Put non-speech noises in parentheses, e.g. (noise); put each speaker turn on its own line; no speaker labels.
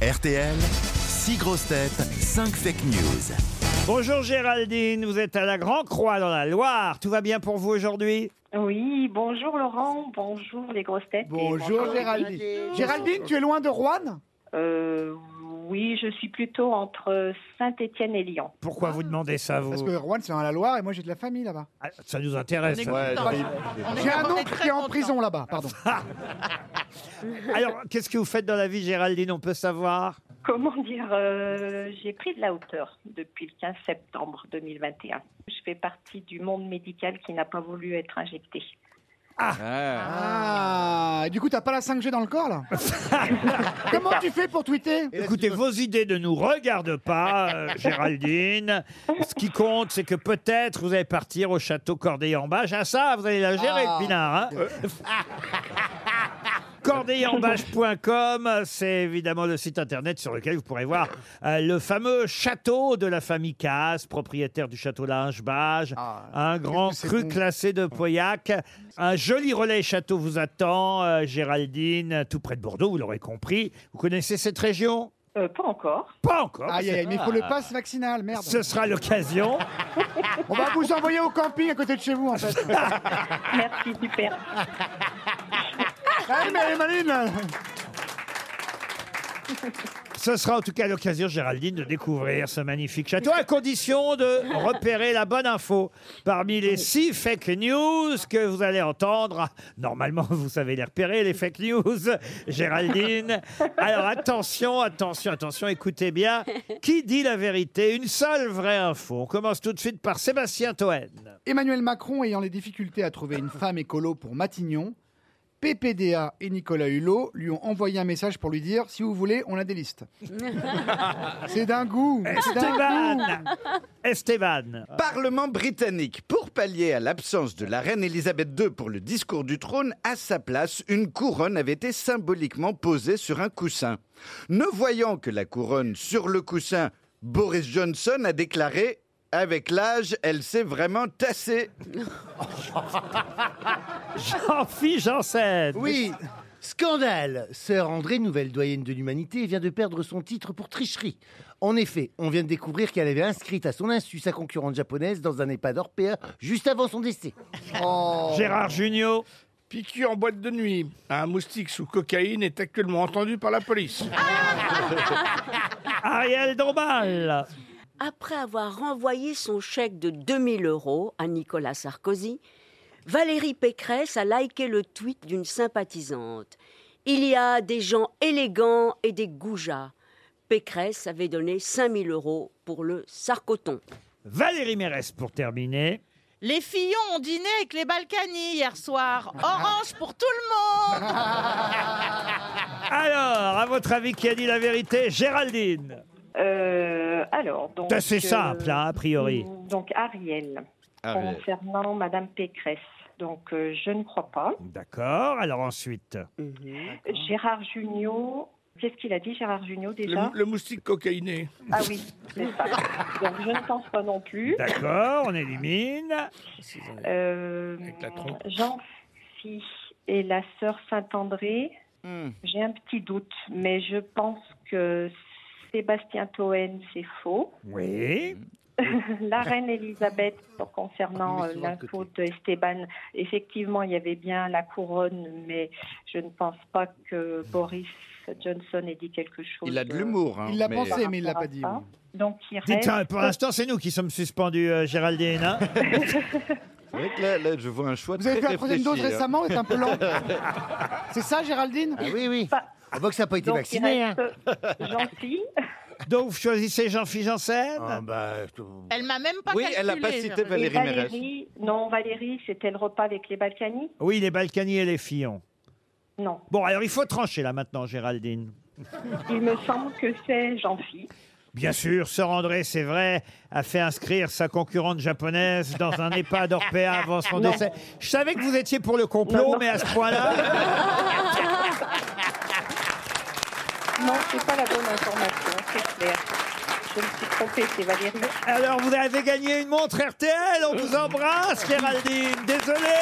RTL, 6 grosses têtes, 5 fake news.
Bonjour Géraldine, vous êtes à la Grand Croix dans la Loire. Tout va bien pour vous aujourd'hui
Oui, bonjour Laurent, bonjour les grosses têtes. et
Bonjour Géraldine. Géraldine, tu es loin de Rouen
Euh, oui, je suis plutôt entre Saint-Étienne et Lyon. (laughs)
Pourquoi vous demandez ça vous
Parce que Rouen, c'est dans la Loire et moi, j'ai de la famille là-bas.
Ah, Ça nous intéresse.
J'ai un oncle qui Ah, est en prison là-bas, pardon.
Alors, qu'est-ce que vous faites dans la vie Géraldine, on peut savoir
Comment dire euh, J'ai pris de la hauteur depuis le 15 septembre 2021. Je fais partie du monde médical qui n'a pas voulu être injecté.
(laughs) Ah, et du coup, t'as pas la 5G dans le corps (laughs) là Comment tu fais pour tweeter
Écoutez, vos idées ne nous regardent
(laughs)
pas, euh, Géraldine. Ce qui compte, c'est que peut-être vous allez partir au château Corday-en-Bâche. Ah ça, vous allez la gérer,
Ah.
Pinard. hein (laughs) Corday-en-Bâche.com, c'est évidemment le site internet sur lequel vous pourrez voir euh, le fameux château de la famille Casse, propriétaire du château d'Ange-Bâge.
Ah,
un grand
c'est
cru
bon.
classé de Pauillac. Un joli relais château vous attend, euh, Géraldine, tout près de Bordeaux, vous l'aurez compris. Vous connaissez cette région
Euh, pas
(laughs)
encore.
pas encore.
Aïe, aïe, aïe, mais il faut le passe vaccinal, merde.
Ce sera l'occasion.
On va vous envoyer au camping à côté de chez vous en (laughs) fait.
Merci, super.
Allez, Ah, mais Maline
Ce sera en tout cas l'occasion, Géraldine, de découvrir ce magnifique château, à condition de repérer la bonne info parmi les six fake news que vous allez entendre. (laughs) Normalement, vous savez les repérer, les fake news, Géraldine. Alors attention, attention, attention, écoutez bien. Qui dit la vérité Une seule vraie info. On commence tout de suite par Sébastien Toen.
Emmanuel Macron ayant les difficultés à trouver une femme écolo pour Matignon, PPDA et Nicolas Hulot lui ont envoyé un message pour lui dire si vous voulez, on a des (laughs) listes. c'est d'un goût. c'est d'un goût.
Esteban. Esteban.
Parlement britannique. Pour pallier à l'absence de la reine Elisabeth II pour le discours du trône, à sa place, une couronne avait été symboliquement posée sur un coussin. Ne voyant que la couronne sur le coussin, Boris Johnson a déclaré Avec l'âge, elle s'est vraiment tassée.
Jean-Philippe Janssen.
Oui. Scandale Sœur André, nouvelle doyenne de l'humanité, vient de perdre son titre pour tricherie. En effet, on vient de découvrir qu'elle avait inscrite à son insu sa concurrente japonaise dans un EHPAD hors pair juste avant son décès.
Gérard Junior.
Piqûre en boîte de nuit à un moustique sous cocaïne est actuellement entendu par la police.
Ariel Dombal.
Après avoir renvoyé son chèque de 2000 euros à Nicolas Sarkozy, Valérie Pécresse a liké le tweet d'une sympathisante. Il y a des gens élégants et des goujats. Pécresse avait donné 5000 euros pour le sarcoton.
Valérie Mérès pour terminer.
Les Fillons ont dîné avec les Balkany hier soir. Orange pour tout le monde
Alors, à votre avis, qui a dit la vérité Géraldine.
Euh, alors, donc.
C'est assez
euh,
simple, hein, a priori.
Donc, Ariel,
Ariel.
concernant Madame Pécresse. Donc, euh, je ne crois pas.
D'accord. Alors ensuite,
Gérard Jugnot. Qu'est-ce qu'il a dit, Gérard Jugnot, déjà
Le, le moustique cocaïné.
Ah oui, c'est
(laughs)
ça. Donc je ne pense pas non plus.
d'accord, on élimine.
Euh,
Avec la trompe.
jean phi et la sœur Saint-André,
Hmm.
j'ai un petit doute, mais je pense que Sébastien Toen, c'est faux. (laughs)
Oui.
La
(laughs)
reine Elisabeth, concernant
Ah,
euh,
mais sur l'autre
l'info de Esteban, effectivement, il y avait bien la couronne, mais je ne pense pas que Boris Johnson ait dit quelque chose.
Il a de
euh,
l'humour. hein,
Il l'a
mais-
pensé, mais il l'a pas dit.
par rapport à ça. Donc il
Dites,
reste.
hein, pour l'instant, c'est nous qui sommes suspendus, euh, Géraldine. hein.
C'est vrai que là, là, je vois un choix
Vous
très
avez fait la troisième dose
réfléchi, hein.
récemment, vous
(laughs)
êtes un peu lent. C'est ça, Géraldine
Ah oui, oui. On voit que ça n'a pas été
donc, il
vacciné.
(laughs)
hein.
reste Jean-Phi.
Donc, vous choisissez Jean-Philippe Janssen.
Ah bah, tout-
Elle m'a même pas
Oui, elle a
calculé,
pas
j'ai-
cité
Et
Valérie Mérès.
Valérie, non, Valérie, c'était le repas avec les Balkany
Oui, les Balkany et les Fillon.
Non.
Bon, alors il faut trancher là maintenant, Géraldine.
Il me semble que c'est Jean-Phi.
Bien sûr, Sœur André, c'est vrai, a fait inscrire sa concurrente japonaise dans un EHPAD orpéa avant son
Non.
décès. Je savais que vous étiez pour le complot,
Non, non.
mais à ce point-là...
(laughs) Non, c'est pas la bonne information, c'est clair. Je me suis trompée, c'est Valérie.
Alors, vous avez gagné une montre RTL. On vous embrasse, Géraldine. Désolé.